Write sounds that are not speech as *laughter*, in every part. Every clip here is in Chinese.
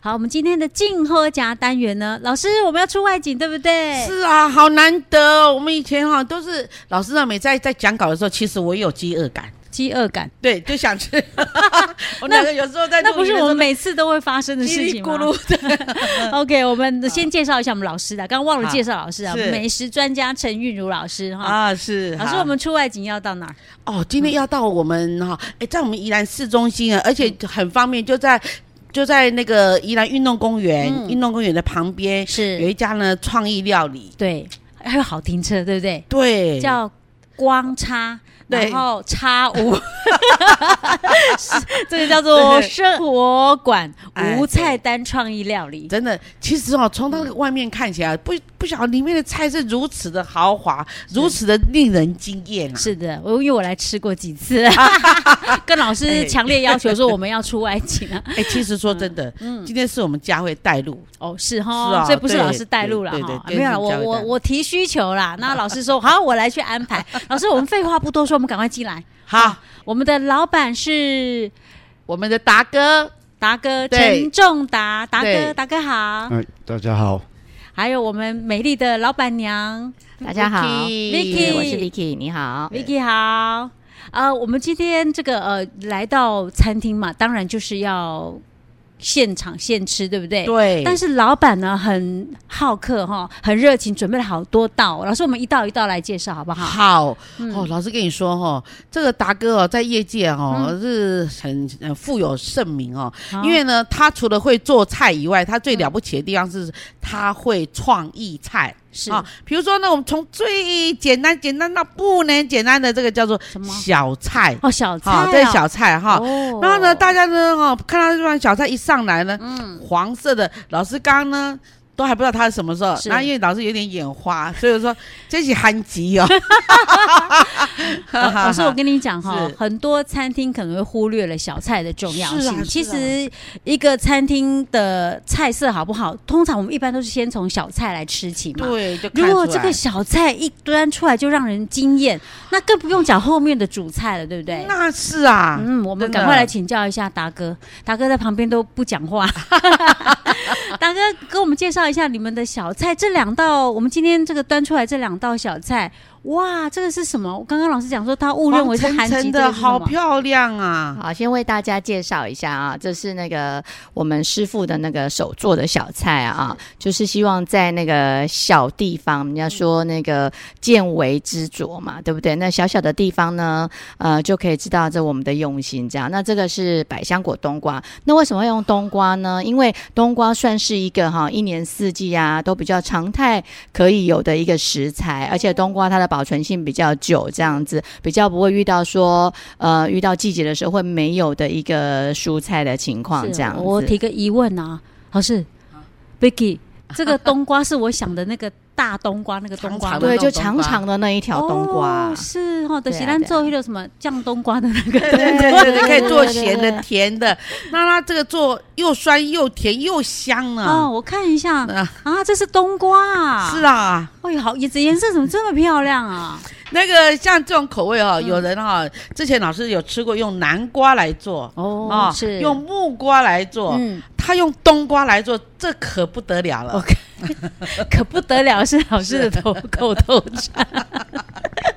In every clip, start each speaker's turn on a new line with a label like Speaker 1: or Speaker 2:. Speaker 1: 好，我们今天的静喝夹单元呢，老师我们要出外景，对不对？
Speaker 2: 是啊，好难得、哦。我们以前哈、都是老师让每在在讲稿的时候，其实我也有饥饿感，
Speaker 1: 饥饿感，
Speaker 2: 对，就想 *laughs* 吃。我那个有时候在
Speaker 1: 那不是我们
Speaker 2: 们
Speaker 1: 每次都会发生的事
Speaker 2: 叽里
Speaker 1: 情
Speaker 2: 咕
Speaker 1: 吗？
Speaker 2: 噜
Speaker 1: *laughs*
Speaker 2: 的，
Speaker 1: OK，我们先介绍一下我们老师的，刚刚忘了介绍老师啊，
Speaker 2: 是
Speaker 1: 美食专家陈韵如老师哈。
Speaker 2: 啊，是
Speaker 1: 老师，
Speaker 2: 好
Speaker 1: 我们出外景要到哪儿？
Speaker 2: 哦，今天要到我们哈，哎、在我们宜兰市中心啊，而且很方便，就在就在那个宜兰运动公园，
Speaker 1: 嗯
Speaker 2: 运动公园的旁边哎有
Speaker 1: 是，
Speaker 2: 一家呢创意料理，
Speaker 1: 对，还有好停车，对不对？
Speaker 2: 对，
Speaker 1: 叫光叉，
Speaker 2: 对
Speaker 1: 然后叉
Speaker 2: *laughs*
Speaker 1: 五，是这个叫做
Speaker 2: 对
Speaker 1: 生活馆
Speaker 2: 哎
Speaker 1: 无菜单创意料理。
Speaker 2: 真的，其实哦，从它的外面看起来，不不晓得里面的菜是如此的豪华，如此的令人惊艳啊！
Speaker 1: 是的，我因为我来吃过几
Speaker 2: *laughs*
Speaker 1: 次，跟老师强烈要求说我们要出外景
Speaker 2: *laughs*
Speaker 1: 啊。
Speaker 2: 哎、其实说真的，今天是我们佳慧带路，
Speaker 1: 哦，是
Speaker 2: 是
Speaker 1: 哈，
Speaker 2: 啊
Speaker 1: 所以不是
Speaker 2: 对
Speaker 1: 老师带路了
Speaker 2: 对对
Speaker 1: 哈，
Speaker 2: 对
Speaker 1: 没有啦，
Speaker 2: 就是
Speaker 1: 我
Speaker 2: 这样
Speaker 1: 我
Speaker 2: 的
Speaker 1: 我提需求啦，那老师说好，我来去安
Speaker 2: *laughs*
Speaker 1: 排。老师，我们废话不多说，我们赶快进来。
Speaker 2: 好，
Speaker 1: 我们的老板是
Speaker 2: 我们的达哥，
Speaker 1: 达哥
Speaker 2: 对
Speaker 1: 陈仲达，达哥
Speaker 2: 对
Speaker 1: 达哥好，
Speaker 3: 哎，大家好，
Speaker 1: 还有我们美丽的老板娘
Speaker 4: 嗯大家好
Speaker 2: Vicky
Speaker 4: 我是 Vicky，你好。
Speaker 1: Vicky 好。呃，我们今天这个呃来到餐厅嘛，当然就是要现场现吃，对不对？
Speaker 2: 对，
Speaker 1: 哎但是老板呢很好客哈，很热情，准备了好多道。老师，我们一道一道来介绍好不好？
Speaker 2: 好哦，老师跟你说哦，这个达哥哦，在业界哦、是很呃富有盛名哦，因为呢，他除了会做菜以外，他最了不起的地方是他会创意菜
Speaker 1: 是
Speaker 2: 啊。比如说呢，我们从最简单简单到不能简单的这个叫做
Speaker 1: 什么
Speaker 2: 小菜，
Speaker 1: 哦，小菜
Speaker 2: 好，
Speaker 1: 哦
Speaker 2: 这是小菜哈。
Speaker 1: 哦
Speaker 2: 然后呢，大家呢，哦，看到这盘小菜一上来呢，
Speaker 1: 嗯
Speaker 2: 黄色的，老师刚刚呢都还不知道它是什么时候，
Speaker 1: 是
Speaker 2: 然后因为老师有点眼花，所以说这是憨鸡哦。
Speaker 1: *laughs* 呃老老师，我跟你讲哈
Speaker 2: 是，
Speaker 1: 很多餐厅可能会忽略了小菜的重要
Speaker 2: 是
Speaker 1: 性。
Speaker 2: 啊是啊
Speaker 1: 其实一个餐厅的菜色好不好，通常我们一般都是先从小菜来吃起嘛。
Speaker 2: 对，就看
Speaker 1: 如果
Speaker 2: 出
Speaker 1: 这
Speaker 2: 来
Speaker 1: 个小菜一端出来就让人惊艳，那更不用讲后面的主菜了，对不对？
Speaker 2: 那是啊，
Speaker 1: 嗯，我们
Speaker 2: 真的
Speaker 1: 赶快来请教一下达哥。达哥在旁边都不讲
Speaker 4: *laughs*
Speaker 1: 话。达哥，给我们介绍一下你们的小菜，这两道我们今天这个端出来这两道小菜，哇，这个是什么？我刚刚老师讲说他误认为是
Speaker 2: 黄
Speaker 1: 韩
Speaker 2: 橙
Speaker 1: 籍
Speaker 2: 橙的，好
Speaker 1: 漂
Speaker 2: 漂亮啊！
Speaker 4: 好，先为大家介绍一下啊，这是那个我们师傅的那个手做的小菜啊，就是希望在那个小地方，人家说那个见微知著嘛，对不对？那小小的地方呢，呃，就可以知道这我们的用心。这样，那这个是百香果冬瓜，那为什么要用冬瓜呢？因为冬瓜算是一个哈一年四季啊都比较常态可以有的一个食材，而且冬瓜它的保存性比较久，这样子比较不会遇到说呃遇到季节的时候会没有的一个蔬菜的情况这样子。
Speaker 1: 我提个疑问啊，老师，Vicky，这
Speaker 4: *laughs*
Speaker 1: 个冬瓜是我想的那个大冬瓜，那个冬瓜吗
Speaker 2: 长长的
Speaker 4: *laughs* 对，
Speaker 2: 那
Speaker 4: 就
Speaker 2: 种冬
Speaker 4: 长
Speaker 2: 瓜
Speaker 4: 长的那一条冬瓜。
Speaker 1: 哦是哦，的
Speaker 4: 对啊
Speaker 1: 喜兰
Speaker 4: 对啊
Speaker 1: 做那个什么酱冬瓜的那个，
Speaker 4: *laughs*
Speaker 2: 对对
Speaker 1: *laughs*
Speaker 2: 对，可以做咸
Speaker 4: 对
Speaker 2: 的、甜的，那它这个做又酸又甜又香
Speaker 4: 嗯
Speaker 1: 哦，
Speaker 2: 呢。
Speaker 1: 我看一下
Speaker 2: 啊
Speaker 1: 啊，这是冬瓜啊，
Speaker 2: 是啊，
Speaker 1: 哎呦，好，叶子颜色怎么这么漂亮啊？
Speaker 2: 那个像这种口味
Speaker 1: 嗯
Speaker 2: 哦，有人哈，之前老师有吃过用南瓜来做
Speaker 1: 哦
Speaker 2: 啊，
Speaker 1: 是
Speaker 2: 用木瓜来做，
Speaker 1: 嗯，
Speaker 2: 他用冬瓜来做，这可不得了了。
Speaker 1: 可不得了，是老师的头口头 *laughs* 禅。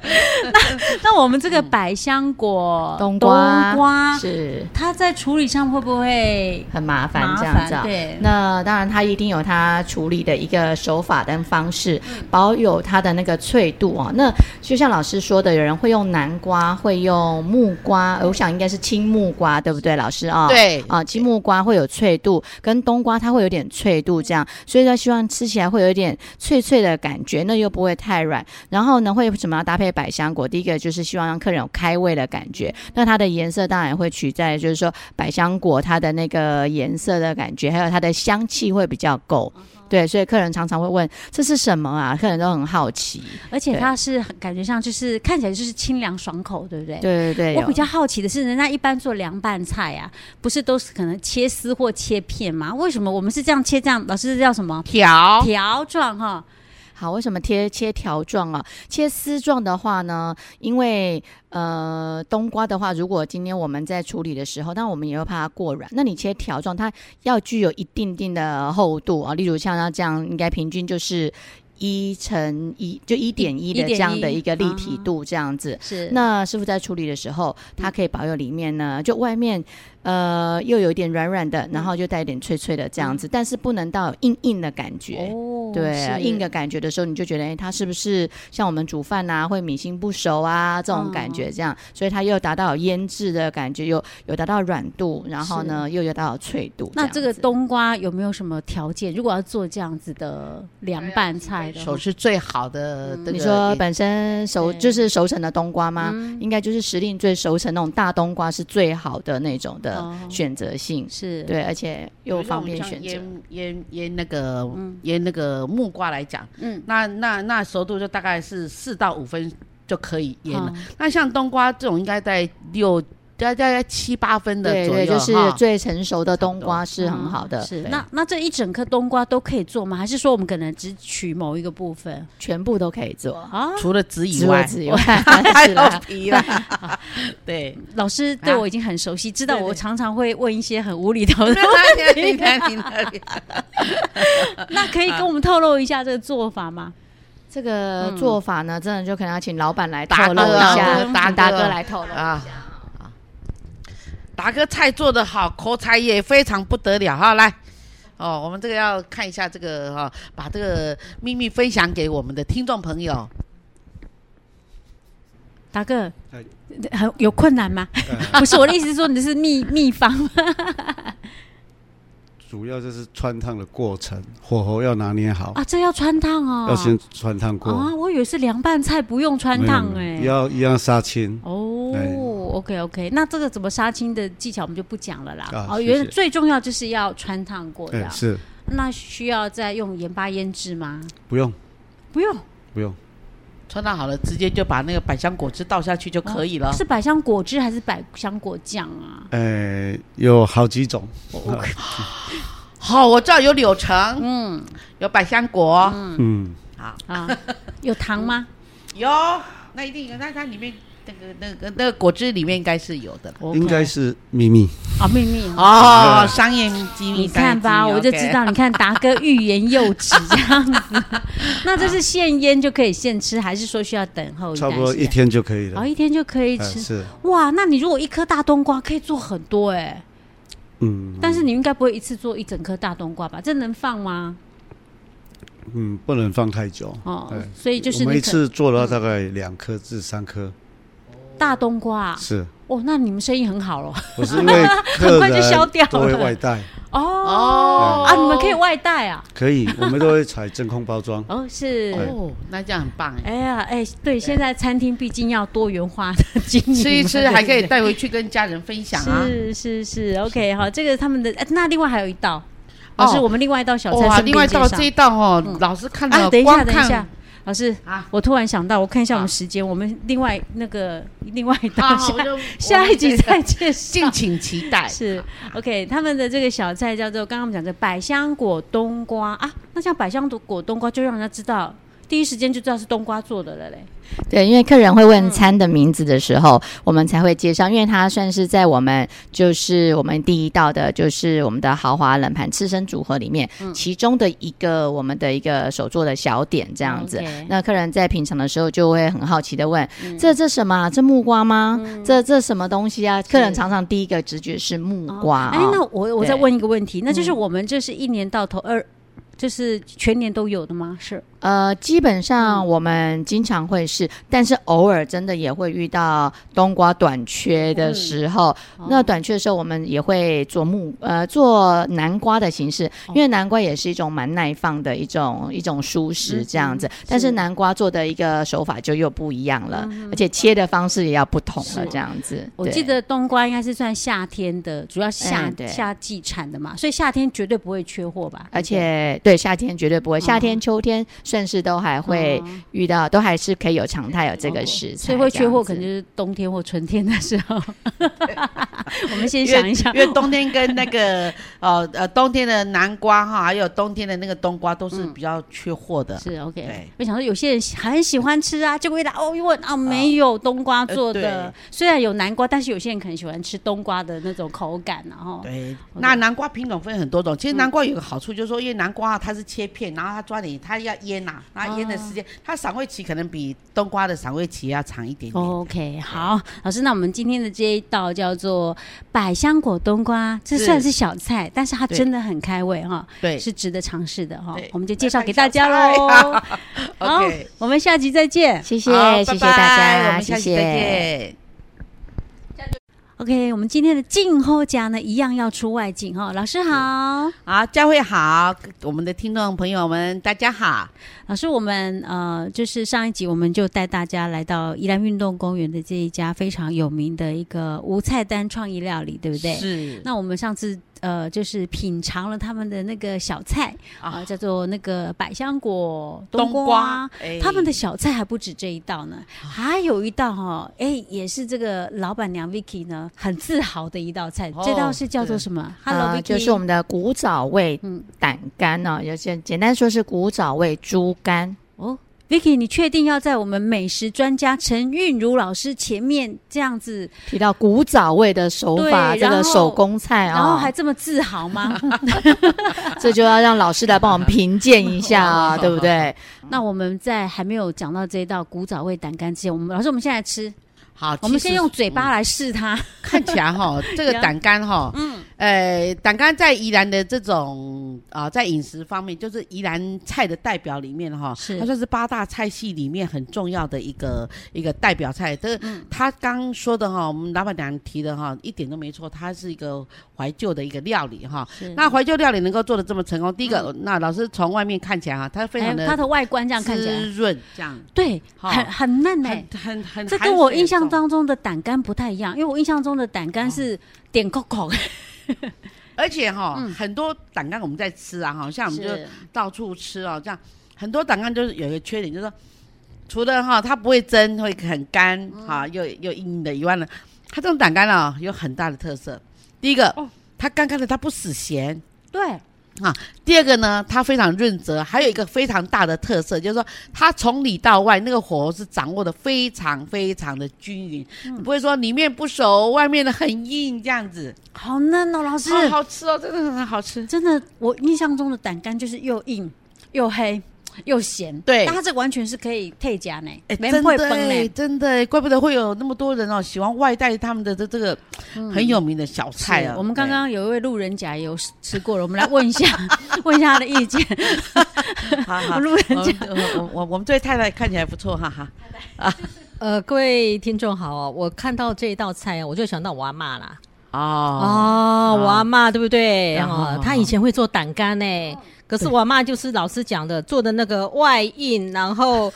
Speaker 1: 那那我们这个百香果
Speaker 4: 嗯冬瓜
Speaker 1: 冬瓜
Speaker 4: 是
Speaker 1: 它在处理上会不会
Speaker 4: 很麻烦
Speaker 1: 麻
Speaker 4: 这样
Speaker 1: 烦
Speaker 4: 子、啊？。
Speaker 1: 对，
Speaker 4: 那当然，它一定有它处理的一个手法跟方式，保有它的那个脆度哦。那就像老师说的，有人会用南瓜，会用木瓜，呃我想应该是青木瓜，对不对，老师啊、
Speaker 2: 对
Speaker 4: 啊，青木瓜会有脆度，跟冬瓜它会有点脆度，这样，所以说希望吃起来会有一点脆脆的感觉，那又不会太软。然后呢，会怎么样搭配百香果？第一个就是希望让客人有开胃的感觉，那它的颜色当然会取在就是说百香果它的那个颜色的感觉，还有它的香气会比较够。
Speaker 1: 嗯
Speaker 4: 对，所以客人常常会问这是什么啊？客人都很好奇。
Speaker 1: 而且它是很感觉上就是看起来就是清凉爽口，对不对？。
Speaker 4: 对对对，
Speaker 1: 我
Speaker 4: 有
Speaker 1: 比较好奇的是，人家一般做凉拌菜啊，不是都是可能切丝或切片吗？为什么我们是这样切这样？老师这叫什么？
Speaker 2: 条
Speaker 1: 条状哈，
Speaker 4: 好，为什么切切条状啊？切丝状的话呢，因为呃冬瓜的话，如果今天我们在处理的时候，但我们也会怕它过软。那你切条状，它要具有一定定的厚度啊，例如像它这样，应该平均就是。一乘一就一点一嗯的这样的一个立体度，这样子。
Speaker 1: 是
Speaker 4: 那师傅在处理的时候，它可以保有里面呢，就外面呃又有一点软软的，然后就带一点脆脆的这样子，但是不能到有硬硬的感觉。
Speaker 1: 哦
Speaker 4: 对，啊
Speaker 1: 是
Speaker 4: 硬的感觉的时候，你就觉得，哎，它是不是像我们煮饭啊，会米心不熟啊这种感觉，这样，所以它又达到有腌制的感觉，有有达到软度，然后呢又有达到脆度。
Speaker 1: 那这个
Speaker 4: 冬
Speaker 1: 冬瓜有没有什么条件？如果要做这样子的凉拌菜的话
Speaker 2: 手是最好的
Speaker 1: 嗯
Speaker 2: 这个。
Speaker 4: 你说本身熟
Speaker 1: 对
Speaker 4: 就是熟成的冬瓜吗？应该就是时令最熟成那种大冬瓜是最好的那种的
Speaker 1: 哦
Speaker 4: 选择性。
Speaker 1: 是，
Speaker 4: 对，而且又方便选择。
Speaker 2: 腌腌腌那个腌那个木瓜来讲，
Speaker 1: 嗯，
Speaker 2: 那那那熟度就大概是四到五分就可以腌
Speaker 1: 好。
Speaker 2: 了那像冬瓜这种应该在六大大概七八分的
Speaker 4: 对
Speaker 2: 左右
Speaker 4: 对，就是
Speaker 2: 哈
Speaker 4: 最成熟的冬
Speaker 2: 多
Speaker 4: 瓜是很好的，
Speaker 1: 哦嗯是，
Speaker 2: 对
Speaker 1: 那那这一整颗冬瓜都可以做吗？还是说我们可能只取某一个部分
Speaker 4: 全部都可以做。
Speaker 1: 啊？
Speaker 2: 除了籽以
Speaker 4: 除了
Speaker 2: 外， *laughs*
Speaker 4: 籽以外
Speaker 2: 还
Speaker 4: 是啦
Speaker 2: 有皮啦。对，
Speaker 1: 老师对我已经很熟悉，知道
Speaker 2: 对
Speaker 1: 我
Speaker 2: 对
Speaker 1: 常常会问一些很无厘头的。
Speaker 2: 你看你那边
Speaker 1: 那可以跟我们透露一下这个做法吗？
Speaker 4: 这个做法呢，真的就可能要请老板
Speaker 1: 嗯
Speaker 4: 来
Speaker 2: 达
Speaker 4: 透露
Speaker 2: 哥
Speaker 4: 一
Speaker 2: 啊
Speaker 4: 下，
Speaker 2: 我
Speaker 4: 请
Speaker 2: 们达
Speaker 4: 达
Speaker 2: 哥
Speaker 4: 哥来透露。
Speaker 2: 啊。达哥菜做的好，口才也非常不得了哈。来，哦，我们这个要看一下这个哈、把这个秘密分享给我们的听众朋友。
Speaker 1: 达哥
Speaker 3: 哎，
Speaker 1: 很有困难
Speaker 3: *laughs*
Speaker 1: 吗？
Speaker 3: 呃，
Speaker 1: 不是我的意思，是说你是秘秘方吗？
Speaker 3: 哦主要就是穿烫的过程，火候要拿捏好，
Speaker 1: 啊，这要穿烫哦，
Speaker 3: 要先穿烫过。
Speaker 1: 啊，我以为是凉拌菜不用穿烫
Speaker 3: 没有
Speaker 1: 哎、
Speaker 3: 没有要一样杀青。哎
Speaker 1: 哦，OK OK，那这个怎么杀青的技巧我们就不讲了啦。
Speaker 3: 啊
Speaker 1: 哦，
Speaker 3: 谢
Speaker 1: 原来
Speaker 3: 谢
Speaker 1: 最重要就是要穿烫过的
Speaker 3: 哎，。是
Speaker 1: 那需要再用盐巴腌制吗？
Speaker 3: 不用
Speaker 1: 不用，
Speaker 3: 不用，
Speaker 2: 穿烫好了，直接就把那个百香果汁倒下去就可以了。
Speaker 1: 是百香果汁还是百香果酱啊？
Speaker 3: 哎，有好几种。
Speaker 2: 好、我知道有柳橙，嗯，有百香果，
Speaker 3: 嗯，
Speaker 2: 好，
Speaker 1: 啊， *laughs* 有糖吗？
Speaker 2: 有，那一定有，那它里面那个那个那个果汁里面应该是有的。
Speaker 3: 应该是秘密。
Speaker 1: 啊，秘密。
Speaker 2: 哦，商业机密，
Speaker 1: 嗯你看吧，
Speaker 2: 商业
Speaker 1: 我
Speaker 2: 机密
Speaker 1: 就知。道，
Speaker 2: OK
Speaker 1: 你看达哥欲言又止这样 *laughs* 子。那这是现腌就可以现吃，还是说需要等候一
Speaker 3: 差
Speaker 1: 段
Speaker 3: 不多
Speaker 1: 时
Speaker 3: 一
Speaker 1: 间？
Speaker 3: 天就可以了
Speaker 1: 哦，。一天就可以
Speaker 3: 哎
Speaker 1: 吃。
Speaker 3: 是，
Speaker 1: 哇，那你如果一颗大冬瓜可以做很多哎、
Speaker 3: 嗯
Speaker 1: 但是你应该不会一次做一整颗大冬瓜吧？这能放吗？
Speaker 3: 嗯，不能放太久。
Speaker 1: 哦
Speaker 2: 哎
Speaker 3: 对，
Speaker 1: 所以就是
Speaker 3: 我们
Speaker 1: 你
Speaker 3: 一
Speaker 1: 可
Speaker 3: 次做了大概两颗至三颗。
Speaker 1: 大冬瓜、啊、
Speaker 3: 是，
Speaker 1: 哦，那你们生意很好咯。
Speaker 3: 我是因为
Speaker 1: *laughs* 很
Speaker 3: 客
Speaker 1: 快就消掉
Speaker 3: 人都会
Speaker 1: 了
Speaker 3: 外带，
Speaker 1: 哦
Speaker 2: 哦
Speaker 1: 啊，你们可以外带啊？
Speaker 3: 可以，我们都会采真空
Speaker 1: *laughs*
Speaker 3: 包装。
Speaker 1: 哦，是。
Speaker 2: 哦，那这样很棒哎。
Speaker 1: 哎呀，哎，对，现在餐厅毕竟要多元化的经营嘛，
Speaker 2: 吃一吃
Speaker 1: 对不
Speaker 2: 还可以
Speaker 1: 对
Speaker 2: 带回去跟家人分享啊！
Speaker 1: 是是是，OK，好，这个他们的、哎那另外还有一道，
Speaker 2: 哦
Speaker 1: 老师，我们另外一道小菜
Speaker 2: 哇，
Speaker 1: 顺便
Speaker 2: 另外到
Speaker 1: 介绍
Speaker 2: 这一道哦，老师看
Speaker 1: 啊，
Speaker 2: 到
Speaker 1: 等一下，
Speaker 2: 光
Speaker 1: 等一下
Speaker 2: 看，
Speaker 1: 老师，
Speaker 2: 啊，
Speaker 1: 我突然想到，我看一下我们
Speaker 2: 啊
Speaker 1: 时间，我们另外那个另外一道 *laughs*
Speaker 2: 好，
Speaker 1: 下
Speaker 2: 好啊我就
Speaker 1: 下一集再介绍。
Speaker 2: *laughs* 敬请期待。
Speaker 1: 是 OK，他们的这个小菜叫做刚刚我们讲的百香果冬瓜啊，那像百香果冬瓜就让人家知道。第一时间就知道是冬瓜做的了嘞，
Speaker 4: 对，因为客人会问餐的名字的时候，我们才会介绍，因为它算是在我们就是我们第一道的，就是我们的豪华冷盘刺身组合里面、
Speaker 1: 嗯
Speaker 4: 其中的一个我们的一个手做的小点这样子。
Speaker 1: 嗯 OK 嗯
Speaker 4: 那客人在品尝的时候就会很好奇的问：这这什么啊、这木瓜吗？这这什么东西啊？客人常常第一个直觉是木瓜、
Speaker 1: 哎、
Speaker 4: 哦
Speaker 1: 那我我再
Speaker 4: 对
Speaker 1: 问一个问题，那
Speaker 2: 嗯
Speaker 1: 就是我们这是一年到头二，就是全年都有的吗？是
Speaker 4: 呃，基本
Speaker 1: 嗯
Speaker 4: 上我们经常会是，但是偶尔真的也会遇到冬瓜短
Speaker 1: 嗯
Speaker 4: 缺的时候。
Speaker 1: 哦
Speaker 4: 那短缺的时候，我们也会做木呃做南瓜的形式，
Speaker 1: 哦
Speaker 4: 因为南瓜也是一种蛮耐放的一种一种蔬
Speaker 1: 嗯
Speaker 4: 食这样子。但是南瓜做的一个手法就又不一样了，而且切的方式也要不同了
Speaker 1: 嗯是
Speaker 4: 这样子。
Speaker 1: 我
Speaker 4: 对
Speaker 1: 记得冬瓜应该是算夏天的，主要是夏、
Speaker 4: 嗯对
Speaker 1: 夏季产的嘛，所以夏天绝对不会缺货吧？
Speaker 4: 而且对对，夏天绝对不会，夏天、
Speaker 1: 嗯
Speaker 4: 秋天甚至都还会
Speaker 1: 嗯
Speaker 4: 遇到，都还是可以有常态有这个
Speaker 1: OK，
Speaker 4: 食材，
Speaker 1: 哦所以会缺货，
Speaker 4: 这
Speaker 1: 可
Speaker 4: 样
Speaker 1: 能
Speaker 4: 子
Speaker 1: 就是冬天或春天的时候。
Speaker 2: *laughs*
Speaker 1: 我们先想一想
Speaker 2: 因，为冬天跟那个 *laughs* 呃呃冬天的南瓜哈，还有冬天的那个冬瓜都是
Speaker 1: 嗯
Speaker 2: 比较缺货的。
Speaker 1: 是 OK
Speaker 2: 对。
Speaker 1: 我想说，有些人喜很喜欢吃啊，结果一打哦，一问啊，没有冬瓜做的。
Speaker 2: 呃对
Speaker 1: 虽然有南瓜，但是有些人可能喜欢吃冬瓜的那种口感、啊然后
Speaker 2: 对，那南瓜品种分很多种。其实南瓜有个好处，就是说，因为南瓜它是切片，然后它抓你，它要腌呐、然后腌的
Speaker 1: 哦
Speaker 2: 时间，它赏味期可能比冬瓜的赏味期要长一点点。
Speaker 1: 哦 OK，好，老师，那我们今天的这一道叫做百香果冬瓜，这
Speaker 2: 是
Speaker 1: 虽然是小菜，但是它
Speaker 2: 对
Speaker 1: 真的很开胃哈，
Speaker 2: 对，
Speaker 1: 是值得尝试的哈
Speaker 2: 对。
Speaker 1: 我们就介绍给大家喽。 *laughs* 好
Speaker 2: OK，
Speaker 1: 我们下集再见。
Speaker 2: 好
Speaker 4: 谢谢谢谢
Speaker 2: 拜
Speaker 4: 大
Speaker 2: 拜我
Speaker 4: 家，
Speaker 2: 们
Speaker 4: 谢
Speaker 2: 下期再
Speaker 4: 谢。
Speaker 2: 见。
Speaker 1: OK，我们今天的静候家呢，一样要出外景哈。老师好，
Speaker 2: 好，佳慧好，我们的听众朋友们，大家好。
Speaker 1: 老师，我们呃，就是上一集我们就带大家来到宜兰运动公园的这一家非常有名的一个无菜单创意料理，对不对？
Speaker 2: 是
Speaker 1: 那我们上次呃，就是品尝了他们的那个小菜啊、
Speaker 2: 啊，
Speaker 1: 叫做那个百香果
Speaker 2: 冬
Speaker 1: 瓜。
Speaker 2: 瓜，哎
Speaker 1: 他们的小菜还不止这一道呢，
Speaker 2: 啊
Speaker 1: 还有一道哈、哦，哎，也是这个老板娘 Vicky 呢很自豪的一道菜。
Speaker 2: 哦
Speaker 1: 这道是叫做
Speaker 2: 对
Speaker 1: 什么？Hello
Speaker 4: 啊
Speaker 1: Vicky，、
Speaker 4: 就是我们的古早味
Speaker 1: 嗯
Speaker 4: 胆肝哦，有些简单说是古早味猪肝。
Speaker 1: 哦，Vicky，你确定要在我们美食专家陈韵如老师前面这样子，
Speaker 4: 提到古早味的手法，
Speaker 1: 对
Speaker 4: 这
Speaker 1: 然
Speaker 4: 个
Speaker 1: 后
Speaker 4: 手工菜啊、
Speaker 1: 然后还这么自豪吗？
Speaker 4: *laughs*
Speaker 1: *laughs*
Speaker 4: 这就要让老师来帮我们评鉴一下
Speaker 2: *laughs*
Speaker 4: 啊，对不对？
Speaker 1: 那我们在还没有讲到这一道古早味胆肝之前，我们老师，我们现在吃，
Speaker 2: 好，
Speaker 1: 我们
Speaker 2: 其
Speaker 1: 先
Speaker 2: 实
Speaker 1: 用嘴
Speaker 2: 嗯
Speaker 1: 巴来试它。
Speaker 2: 看起
Speaker 1: *laughs*
Speaker 2: 来哈，这个
Speaker 1: 呀
Speaker 2: 胆肝哈，嗯，呃，胆肝在宜兰的这种啊、在饮食方面，就是宜兰菜的代表里面哈，
Speaker 1: 是
Speaker 2: 它算是八大菜系里面很重要的一个一个代表菜。这
Speaker 1: 嗯
Speaker 2: 他刚说的哈，我们老板娘提的哈，一点都没错，它是一个怀旧的一个料理哈。
Speaker 1: 嗯
Speaker 2: 那怀旧料理能够做的这么成功，第一个，那老师从外面看起来哈，它非
Speaker 1: 还
Speaker 2: 常
Speaker 1: 有
Speaker 2: 的
Speaker 1: 它的外哎观这
Speaker 2: 这
Speaker 1: 样看起来，
Speaker 2: 滋润，这样
Speaker 1: 对，
Speaker 2: 好
Speaker 1: 很很嫩哎、
Speaker 2: 很很很，
Speaker 1: 这
Speaker 2: 含
Speaker 1: 跟我
Speaker 2: 水
Speaker 1: 印象
Speaker 2: 重
Speaker 1: 当中的胆肝不太一样，因为我印象中的胆
Speaker 2: 哦
Speaker 1: 肝是点扣扣，
Speaker 2: 而且哈、
Speaker 1: 嗯
Speaker 2: 很多胆干我们在吃啊，好像我们就是到处吃哦，这样很多胆干就是有一个缺点，就是说除了哈、它不会蒸，会很干哈、
Speaker 1: 嗯
Speaker 2: 又又硬硬的以外呢，它这种胆干啊有很大的特色，第一个、
Speaker 1: 哦
Speaker 2: 它干干的，它不死咸。
Speaker 1: 对，
Speaker 2: 第二个呢，它非常润泽，还有一个非常大的特色，就是说它从里到外那个火是掌握的非常非常的均匀，
Speaker 1: 嗯
Speaker 2: 不会说里面不熟，外面的很硬这样子，
Speaker 1: 好嫩哦，老师，
Speaker 2: 哦好吃哦，真的很好吃。
Speaker 1: 真的，我印象中的胆肝就是又硬又黑又咸，
Speaker 2: 对
Speaker 1: 但它这完全是可以退夹呢
Speaker 2: 哎，，
Speaker 1: 没
Speaker 2: 真
Speaker 1: 会
Speaker 2: 的
Speaker 1: 崩
Speaker 2: 哎，
Speaker 1: 呢。
Speaker 2: 真的哎，怪不得会有那么多人哦，喜欢外带他们的这这个很有名的小菜
Speaker 1: 嗯
Speaker 2: 啊。
Speaker 1: 是我们刚刚有一位路人甲也有吃过了，我们来问一
Speaker 2: *laughs*
Speaker 1: 下，问一下他的意见。 *laughs*
Speaker 2: 对好好，
Speaker 1: 路人
Speaker 2: 我们我我我们这位太太看起来不错，哈哈。
Speaker 5: 呃，各位听众好哦，我看到这一道菜啊，我就想到我阿妈啦。
Speaker 2: 哦，
Speaker 5: 哦，我阿妈对不对？
Speaker 2: 啊
Speaker 5: 哦
Speaker 2: 啊，
Speaker 5: 她以前会做胆干呢、可是我阿妈就是老师讲的，做的那个外硬，然后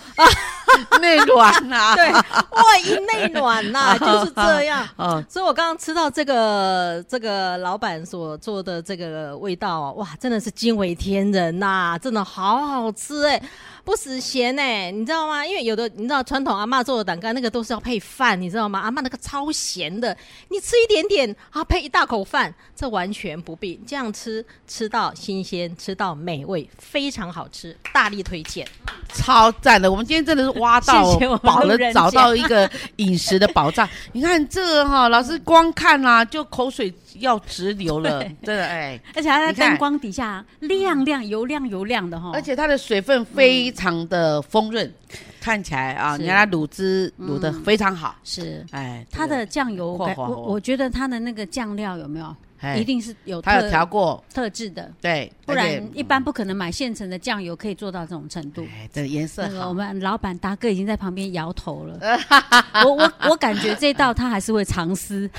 Speaker 2: 内软
Speaker 1: *laughs*
Speaker 2: 啊，
Speaker 5: *laughs* 对外硬内软呐、就是这样。
Speaker 2: 哦，
Speaker 5: 所以我刚刚吃到这个这个老板所做的这个味道啊，哇，真的是惊为天人呐、真的好好吃哎、不死咸哎、你知道吗？因为有的你知道传统阿嬷做的胆干那个都是要配饭，你知道吗？阿嬷那个超咸的，你吃一点点啊，配一大口饭，这完全不必这样吃，吃到新鲜，吃到美味，非常好吃，大力推荐。
Speaker 2: 超赞的！我们今天真的是挖到
Speaker 1: 谢谢我们
Speaker 2: 宝了
Speaker 1: 路人，甲
Speaker 2: 找到一个饮食的
Speaker 1: *laughs*
Speaker 2: 宝藏。你看这个哈，老师光看啦、就口水要直流了，真的哎。
Speaker 1: 而且它在
Speaker 2: 你看
Speaker 1: 灯光底下亮亮油亮油亮的哈，
Speaker 2: 而且它的水分非常的丰润，看起来啊，
Speaker 1: 是
Speaker 2: 你看它卤汁卤的非常好，
Speaker 1: 是
Speaker 2: 哎，
Speaker 1: 它的酱油
Speaker 2: 扩
Speaker 1: 感，
Speaker 2: 华
Speaker 1: 我
Speaker 2: 哦
Speaker 1: 我觉得它的那个酱料有没有
Speaker 2: 哎
Speaker 1: 一定是有
Speaker 2: 它有
Speaker 1: 特
Speaker 2: 调过，
Speaker 1: 特制的，
Speaker 4: 哎
Speaker 2: 对，
Speaker 1: 不
Speaker 2: 而且
Speaker 1: 然一
Speaker 4: 嗯
Speaker 1: 般不可能买现成的酱油可以做到这种程度。
Speaker 2: 哎，这颜色
Speaker 1: 那个我
Speaker 2: 好，
Speaker 1: 们老板达哥已经在旁边摇头
Speaker 4: *laughs*
Speaker 1: 了，我我我感觉这道他还是会藏
Speaker 4: *laughs*
Speaker 1: 私， *laughs*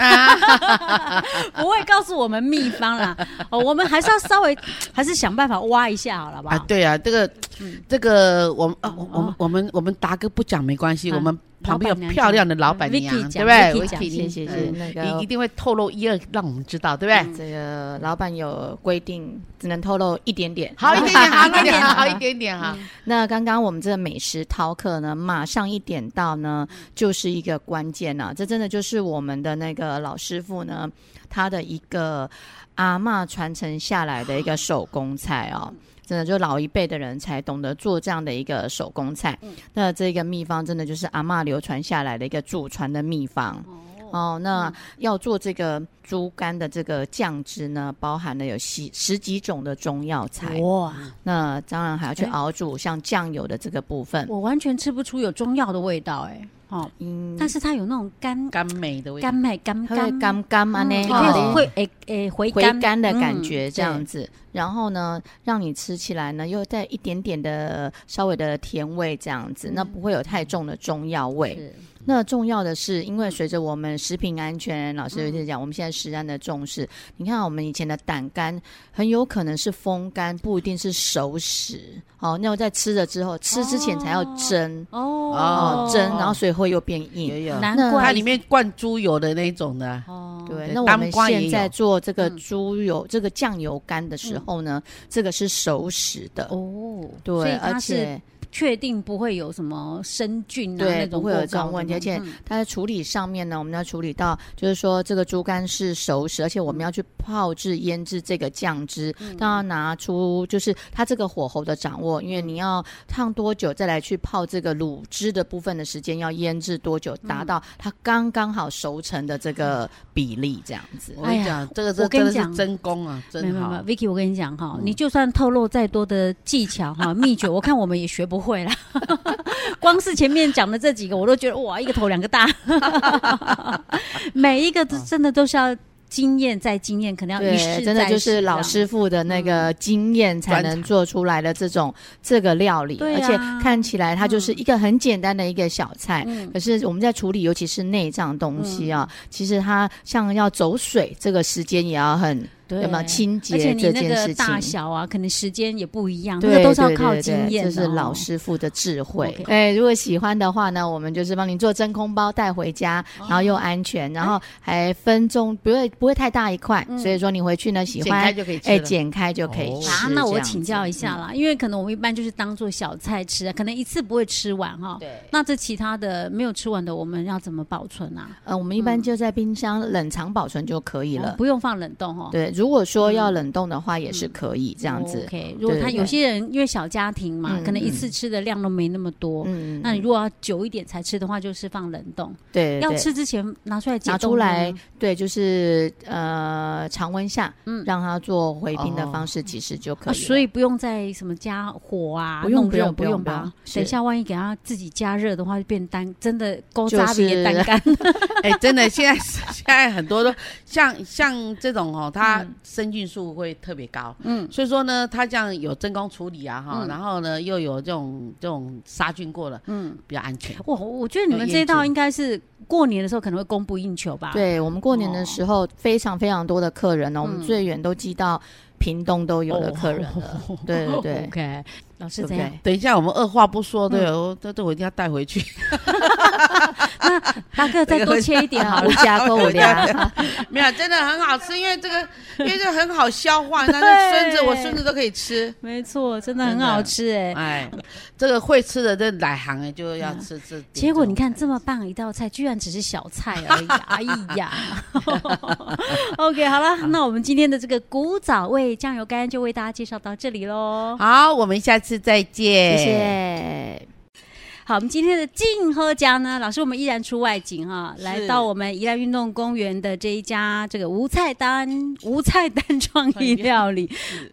Speaker 1: 不会告诉我们秘方啦。哦，我们还是要稍微还是想办法挖一下好了好不
Speaker 2: 啊，
Speaker 4: 哎
Speaker 1: 好？
Speaker 2: 对啊，这个
Speaker 1: 嗯
Speaker 2: 这个我们、啊我我
Speaker 1: 哦
Speaker 2: 们我们我们达哥不讲没关系，
Speaker 1: 啊
Speaker 2: 我们旁边
Speaker 1: 老板
Speaker 2: 有
Speaker 1: 娘嗯
Speaker 2: 漂亮的老板娘
Speaker 1: Vicky，讲
Speaker 2: 对不对
Speaker 1: Vicky 讲
Speaker 2: ？Vicky，
Speaker 4: 谢谢谢谢
Speaker 2: 嗯
Speaker 4: 那
Speaker 2: 一一
Speaker 4: 个。
Speaker 2: 定会透露一二，让我们知道，对不
Speaker 1: 嗯
Speaker 2: 对？
Speaker 4: 这个老板有规定，只能透露一点点。
Speaker 2: 好一点点，好一点点，好一点点哈。
Speaker 1: 嗯
Speaker 4: 那刚刚我们这个美食饕客呢，马上一点到呢，就是一个关键啊！这真的就是我们的那个老师傅呢，他的一个阿嬷传承下来的一个手工菜哦。真的，就老一辈的人才懂得做这样的一个手工菜。那这个秘方真的就是阿嬷流传下来的一个祖传的秘方。哦，那要做这个猪肝的这个酱汁呢，包含了有十十几种的中药材。
Speaker 1: 哇，
Speaker 4: 那当然还要去
Speaker 1: 哎
Speaker 4: 熬煮像酱油的这个部分。
Speaker 1: 我完全吃不出有中药的味道哎、哦，
Speaker 4: 嗯，
Speaker 1: 但是它有那种甘
Speaker 2: 甘美的味道
Speaker 1: 甘，美甘
Speaker 4: 它会
Speaker 1: 甘
Speaker 4: 干干啊嘛呢？
Speaker 1: 嗯会
Speaker 2: 哦
Speaker 1: 会诶诶回
Speaker 4: 回
Speaker 1: 甘
Speaker 4: 甘的感
Speaker 1: 嗯
Speaker 4: 觉这样子，然后呢，让你吃起来呢又带一点点的稍微的甜味这样子，那不会有太重的中药味。
Speaker 1: 嗯是
Speaker 4: 那重要的是，因为随着我们食品安全老师有在讲，我们现在食安的重视，你看啊我们以前的胆肝很有可能是风干，不一定是熟食。哦，那我在吃了之后，吃之前才要
Speaker 1: 哦
Speaker 4: 蒸
Speaker 1: 哦
Speaker 2: 哦
Speaker 4: 蒸，然后所以会又变硬。
Speaker 2: 也有，
Speaker 1: 难
Speaker 4: 那
Speaker 1: 怪
Speaker 2: 它里面灌猪油的那一种的，
Speaker 1: 哦
Speaker 4: 对，
Speaker 2: 对
Speaker 4: 那我
Speaker 2: 当
Speaker 4: 们
Speaker 2: 官也
Speaker 4: 现在
Speaker 2: 有
Speaker 4: 做这个
Speaker 1: 嗯
Speaker 4: 猪油、这个酱油干的时候
Speaker 2: 嗯
Speaker 4: 呢，这个是熟食的，
Speaker 1: 哦，所
Speaker 4: 对，
Speaker 1: 以
Speaker 4: 而
Speaker 1: 它是
Speaker 4: 且
Speaker 1: 确定不会有什么生菌啊
Speaker 4: 对
Speaker 1: 那种
Speaker 4: 不会有
Speaker 1: 过
Speaker 4: 这种
Speaker 1: 高的
Speaker 4: 问题
Speaker 1: 吗
Speaker 4: 而且
Speaker 1: 嗯
Speaker 4: 它在处理上面呢，我们要处理到就是说这个猪肝是熟食，而且我
Speaker 2: 嗯
Speaker 4: 们要去泡制、腌制这个酱汁，当然拿出就是它这个火候的掌握，因为你要烫多久，再来去泡这个卤汁的部分的时间要腌制多久，
Speaker 2: 嗯
Speaker 4: 达到它刚刚好熟成的这个比例，这样子。
Speaker 2: 我跟
Speaker 1: 哎
Speaker 2: 你
Speaker 1: 呀
Speaker 2: 讲，这个是
Speaker 1: 我跟
Speaker 2: 真
Speaker 1: 你
Speaker 2: 的
Speaker 1: 讲
Speaker 2: 是真功啊，
Speaker 1: 没有
Speaker 2: 真
Speaker 1: 没有没有
Speaker 2: 好。
Speaker 1: ，Vicky，我跟你讲
Speaker 4: 嗯
Speaker 1: 哈，你就算透露再多的技巧哈、 *laughs* 秘诀，我看我们也学不会啦。 *laughs* 光是前面讲的这几个，我都觉得哇，一个头两个大， *laughs* 每一个都真的都是要经验再经验，可能要一试
Speaker 4: 嗯对，真的
Speaker 1: 再
Speaker 4: 就
Speaker 1: 试
Speaker 4: 是老
Speaker 1: 这样嗯
Speaker 4: 师傅的那个经验才
Speaker 2: 专
Speaker 4: 能
Speaker 2: 长
Speaker 4: 做出来的这种这个料理，
Speaker 1: 对
Speaker 4: 而且
Speaker 1: 啊
Speaker 4: 看起来它就是一个很简单的一个小菜。
Speaker 1: 嗯
Speaker 4: 可是我们在处理，尤其是内脏东西啊，其实它像要走水，这个时间也要很
Speaker 1: 对
Speaker 4: 有没有清
Speaker 1: 而且
Speaker 4: 洁
Speaker 1: 你
Speaker 4: 这
Speaker 1: 那
Speaker 4: 件
Speaker 1: 个
Speaker 4: 事
Speaker 1: 大
Speaker 4: 情。
Speaker 1: 小啊，可能时间也不一样，那
Speaker 4: 对，
Speaker 1: 个都是要
Speaker 4: 对
Speaker 1: 靠
Speaker 4: 对对
Speaker 1: 经验的、
Speaker 4: 这是老
Speaker 1: 哦
Speaker 4: 师傅的智慧
Speaker 1: OK。
Speaker 4: 对，如果喜欢的话呢，我们就是帮您做真空包带回家，
Speaker 1: 哦
Speaker 4: 然后又安全，然后
Speaker 1: 哎
Speaker 4: 还分钟不会不会太大一块，
Speaker 1: 嗯
Speaker 4: 所以说你回去呢喜
Speaker 2: 剪
Speaker 4: 欢
Speaker 2: 开就可以吃
Speaker 4: 哎，
Speaker 2: 了。
Speaker 4: 剪开就可以
Speaker 2: 哦
Speaker 4: 吃。
Speaker 1: 啊，那我请教一
Speaker 4: 这
Speaker 1: 下
Speaker 4: 样子。嗯
Speaker 1: 啦，因为可能我们一般就是当做小菜吃，啊可能一次不会吃完哈、
Speaker 2: 对
Speaker 1: 那这其他的没有吃完的，我们要怎么保存啊？
Speaker 4: 呃，我们一般就在冰箱冷藏保存就可以
Speaker 1: 哦
Speaker 4: 了。
Speaker 1: 不用放冷冻哦。
Speaker 4: 对，如果说要冷冻的话，也是可以这样子。
Speaker 1: OK，如果
Speaker 4: 对
Speaker 1: 他
Speaker 4: 对
Speaker 1: 有些人因为小家庭嘛，
Speaker 4: 嗯
Speaker 1: 可能一次吃的量都没那么多。
Speaker 4: 嗯，
Speaker 1: 哦那你如果要久一点才吃的话，就是放冷冻。
Speaker 4: 对
Speaker 1: 要
Speaker 4: 对
Speaker 1: 吃之前拿出来解
Speaker 4: 拿
Speaker 1: 冻
Speaker 4: 出
Speaker 1: 吗
Speaker 4: 来，对，就是呃常温下，
Speaker 1: 嗯
Speaker 4: 让它做回冰的
Speaker 2: 哦
Speaker 4: 方式，其实就可
Speaker 1: 啊
Speaker 4: 以了。
Speaker 1: 所以不用再什么加火啊，
Speaker 4: 不用
Speaker 1: 弄
Speaker 4: 不
Speaker 1: 热
Speaker 4: 用
Speaker 1: 不
Speaker 4: 不用不
Speaker 1: 吧
Speaker 4: 用？是
Speaker 1: 等一下万一给它自己加热的话，就变单，真的勾
Speaker 4: 就
Speaker 1: 渣的也
Speaker 4: 是
Speaker 1: 单干。 *laughs*
Speaker 2: 哎，真的，现在 *laughs* 现在很多都像像这种哦，它生菌数会特别高，
Speaker 1: 嗯，
Speaker 2: 所以说呢，它这样有真空处理啊哈，
Speaker 1: 嗯
Speaker 2: 然后呢又有这种这种杀菌过了，
Speaker 1: 嗯
Speaker 2: 嗯，比较安全。
Speaker 1: 哇，我我觉得你们这一道应该是过年的时候可能会供不应求吧？，
Speaker 4: 对我们过年的时候，非常非常多的客人呢，哦我们
Speaker 1: 嗯
Speaker 4: 最远都寄到屏东都有的客
Speaker 2: 哦
Speaker 4: 人了。
Speaker 2: *laughs*
Speaker 4: 对对对，
Speaker 1: 哦 *laughs* ，OK，老师
Speaker 4: 对不
Speaker 1: 怎样？
Speaker 4: 对？
Speaker 2: 等一下，我们二话不说，
Speaker 1: 嗯
Speaker 2: 对，我这这我一定要带回去。
Speaker 1: 大哥再多切一点好
Speaker 4: 无
Speaker 1: 了。
Speaker 4: 家啊购啊粮。
Speaker 2: 没有，真的很好吃，因为
Speaker 1: *laughs*
Speaker 2: 这个，因为这个很好消化，但是孙子我孙子都可以吃。
Speaker 1: *laughs* 没错，真的很好吃哎、
Speaker 2: 哎，这个会吃的这奶行哎，就要吃这。
Speaker 1: 结果你看这么棒一道菜，居然只是小菜而已，哎 *laughs* 呀！OK，好了，那我们今天的这个古早味酱油干就为大家介绍到这里喽。
Speaker 2: 好，我们下次再见，
Speaker 4: 谢。谢。
Speaker 1: 好，我们今天的静喝家呢，老师，我们依然出外景哈、来到我们宜兰运动公园的这一家这个无菜单无菜单创意料
Speaker 2: *laughs*
Speaker 1: 理。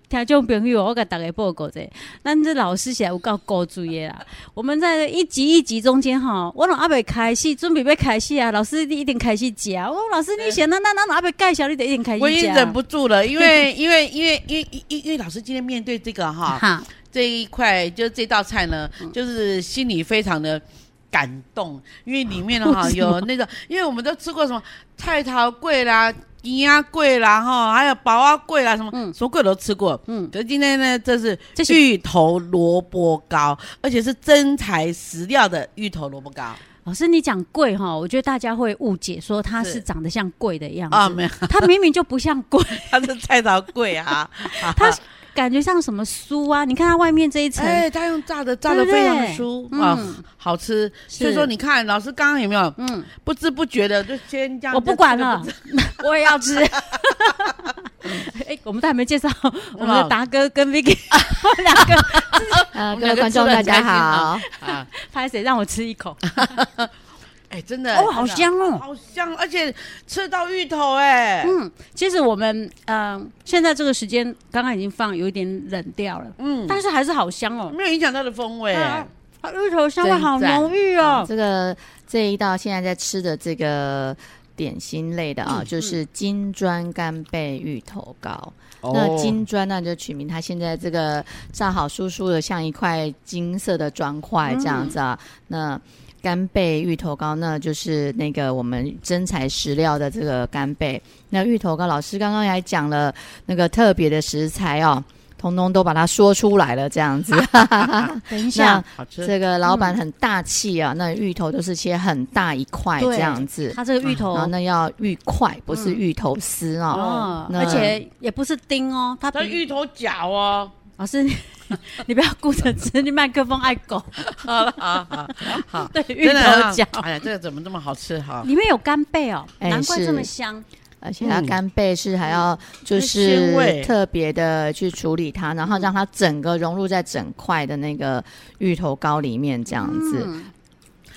Speaker 1: 听众朋友，我给大家报告者，咱这老师写有够高注意
Speaker 2: *laughs*
Speaker 1: 啦。我们在一集一集中间哈，我拢阿未开始，准备要开始啊，老师你一定开始吃啊。我说老师你写那那那阿未介绍，你得一定开始吃。
Speaker 2: 我已经忍不住了，因为因为因为因为因因因为老师今天面对这个哈
Speaker 1: 哈，
Speaker 2: 这一块，就是这道菜呢，
Speaker 1: 嗯
Speaker 2: 就是心里非常的。
Speaker 1: *laughs*
Speaker 2: 感动，因为里面的哈有那个，因为我们都吃过什么菜桃贵啦、鸡啊桂啦哈，还有薄啊桂啦什么、
Speaker 1: 嗯
Speaker 2: 什么桂都吃过。
Speaker 1: 嗯，
Speaker 2: 可是今天呢，这是
Speaker 1: 这是
Speaker 2: 芋头萝卜糕，而且是真材实料的芋头萝卜糕
Speaker 1: 老师你讲贵哈，我觉得大家会误解说它是
Speaker 2: 是
Speaker 1: 长得像贵的样子，
Speaker 2: 啊，没有，
Speaker 1: 它明明就不像贵，
Speaker 2: 它是菜头桂
Speaker 1: *laughs*
Speaker 2: 啊，
Speaker 1: 它感觉像什么酥啊？你看它外面这一层，
Speaker 2: 哎，它用炸的，炸的
Speaker 1: 对不
Speaker 2: 非常
Speaker 1: 对
Speaker 2: 酥
Speaker 1: 嗯
Speaker 2: 啊，好吃。
Speaker 1: 是
Speaker 2: 所以说，你看老师刚刚有没有
Speaker 1: 嗯，
Speaker 2: 不知不觉的就先这样？
Speaker 1: 我不管了， *laughs* 我也要吃。哎，我们都还没介绍我们的达哥跟 Vicky *laughs* 两个，
Speaker 4: 呃，
Speaker 2: 我们
Speaker 4: 各
Speaker 2: 两个
Speaker 4: 位观
Speaker 2: 吃
Speaker 4: 众
Speaker 2: 得
Speaker 4: 大
Speaker 2: 很开
Speaker 4: 家
Speaker 2: 心啊
Speaker 4: 好，
Speaker 2: 啊！
Speaker 1: 拍谁让我吃一口？
Speaker 2: 哎，真的，
Speaker 1: 哦，好
Speaker 2: 真的，
Speaker 1: 香哦！
Speaker 2: 好香，而且吃到芋头哎，
Speaker 1: 嗯，其实我们嗯、呃现在这个时间刚刚已经放有一点冷掉了，
Speaker 2: 嗯，
Speaker 1: 但是还是好香哦。
Speaker 2: 没有影响它的风味。哎
Speaker 1: 啊它芋头香味好
Speaker 2: 嗯真赞
Speaker 1: 浓郁哦。
Speaker 4: 这个这一道现在在吃的这个点心类的啊，就是金砖干贝芋头糕。
Speaker 3: 哦
Speaker 4: 那金砖呢就取名它现在这个炸好酥酥的，像一块金色的砖块这样子啊。那干贝芋头糕呢，就是那个我们真材实料的这个干贝。那芋头糕，老师刚刚还讲了那个特别的食材哦，通通都把它说出来了，这样子。
Speaker 1: 等一
Speaker 4: 那
Speaker 1: 下，
Speaker 2: 好吃，
Speaker 4: 这个老板很大气啊，那芋头都是切很大一块
Speaker 1: 对
Speaker 4: 这样子，
Speaker 1: 它这个芋头
Speaker 4: 然后那要芋块，不是
Speaker 1: 嗯
Speaker 4: 芋头丝哦。
Speaker 1: 哦，
Speaker 4: 那
Speaker 1: 而且也不是丁哦，它
Speaker 2: 它
Speaker 1: 比
Speaker 2: 芋头
Speaker 1: *laughs*
Speaker 2: 角哦。
Speaker 1: 老师，你你不要顾着吃，你麦克风爱狗。
Speaker 2: 好 *laughs* 了，好好好，
Speaker 1: 对， *laughs* 芋
Speaker 2: 啊真的啊
Speaker 1: 头角
Speaker 2: 哎呀，这个怎么这么好吃？哈，
Speaker 1: 里面有干贝哦，
Speaker 4: 哎
Speaker 1: 难怪
Speaker 4: 是
Speaker 1: 这么香。
Speaker 4: 而且它
Speaker 2: 嗯
Speaker 4: 干贝是嗯还要就
Speaker 2: 那鲜
Speaker 4: 是
Speaker 2: 味
Speaker 4: 特别的去处理它，然后让它整个融入在整块的那个芋头糕里面这样子。
Speaker 1: 嗯，